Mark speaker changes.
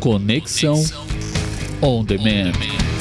Speaker 1: Conexão On Demand.